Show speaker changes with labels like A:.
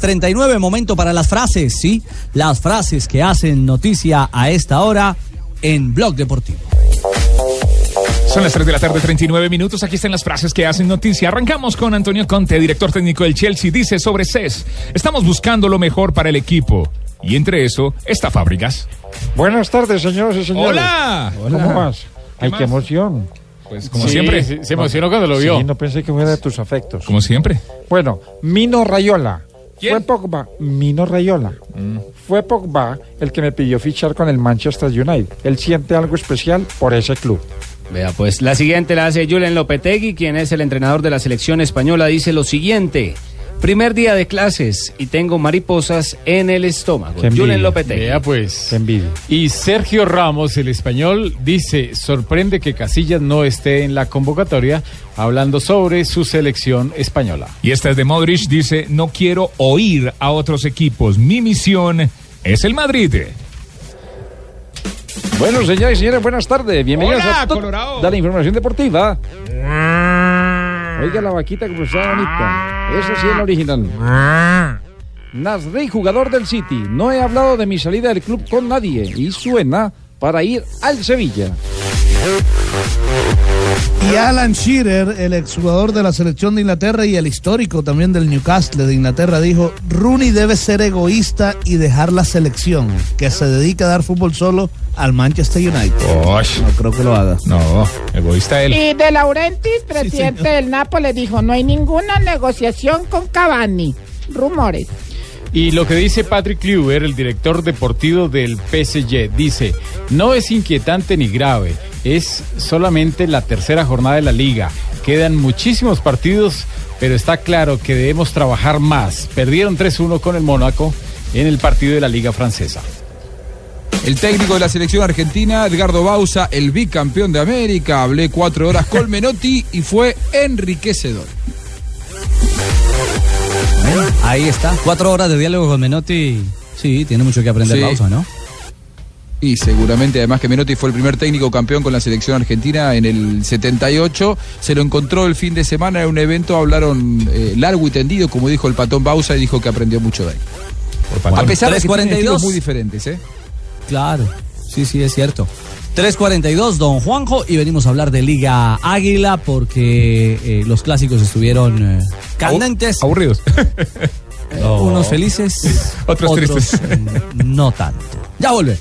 A: 39, momento para las frases, ¿sí? Las frases que hacen noticia a esta hora en Blog Deportivo.
B: Son las 3 de la tarde, 39 minutos. Aquí están las frases que hacen noticia. Arrancamos con Antonio Conte, director técnico del Chelsea. Dice sobre CES, estamos buscando lo mejor para el equipo. Y entre eso está Fábricas.
C: Buenas tardes, señores y señores.
B: ¡Hola!
C: ¿Cómo vas? Ay,
B: más?
C: qué emoción.
B: Pues como siempre,
D: Se, se emocionó cuando lo vio.
C: Sí, no pensé que fuera de tus afectos.
B: como siempre.
C: Bueno, Mino Rayola.
B: ¿Quién?
C: Fue Pogba, Mino Rayola. Fue Pogba el que me pidió fichar con el Manchester United. Él siente algo especial por ese club.
E: Vea, pues la siguiente la hace Julen Lopetegui, quien es el entrenador de la selección española. Dice lo siguiente: primer día de clases y tengo mariposas en el estómago.
C: Qué envidia.
E: Julen Lopetegui.
D: Vea pues.
C: Qué envidia.
D: Y Sergio Ramos, el español, dice, sorprende que Casillas no esté en la convocatoria hablando sobre su selección española.
B: Y esta es de Modric. Dice, no quiero oír a otros equipos. Mi misión es el Madrid.
C: Bueno, señores y señores, buenas tardes. Bienvenidos
B: Hola,
C: a to-
B: Colorado.
C: da la información deportiva. Oiga la vaquita como está bonita. Esa sí es la original. Nasri, jugador del City. No he hablado de mi salida del club con nadie. Y suena para ir al Sevilla.
F: Y Alan Shearer, el exjugador de la selección de Inglaterra y el histórico también del Newcastle de Inglaterra, dijo, Rooney debe ser egoísta y dejar la selección, que se dedica a dar fútbol solo al Manchester United.
B: Osh,
F: No creo que lo haga.
B: no, egoísta él.
G: Y de Laurentiis, presidente del Nápoles, dijo, no hay ninguna negociación con Cavani. Rumores.
D: Y lo que dice Patrick Kluber, el director deportivo del PSG, dice, no es inquietante ni grave, es solamente la tercera jornada de la liga. Quedan muchísimos partidos, pero está claro que debemos trabajar más. Perdieron 3-1 con el Mónaco en el partido de la liga francesa.
H: El técnico de la selección argentina, Edgardo Bausa, el bicampeón de América, hablé cuatro horas con Menotti y fue enriquecedor.
A: Bueno, ahí está, cuatro horas de diálogo con Menotti. Sí, tiene mucho que aprender
H: Sí.
A: Bausa, ¿no?
H: Y seguramente, además que Menotti fue el primer técnico campeón con la selección argentina en el 78, se lo encontró el fin de semana en un evento, hablaron eh, largo y tendido, como dijo el patón Bausa, y dijo que aprendió mucho de él.
B: Por Patón.
H: A pesar de que tienen
A: 3.42.
H: estilos muy diferentes, ¿eh?
A: Claro, sí, sí, es cierto. 3.42, don Juanjo, y venimos a hablar de Liga Águila porque eh, los clásicos estuvieron eh, candentes,
B: Aburridos.
A: unos felices,
B: Otros tristes.
A: mm, no tanto. Ya volvemos.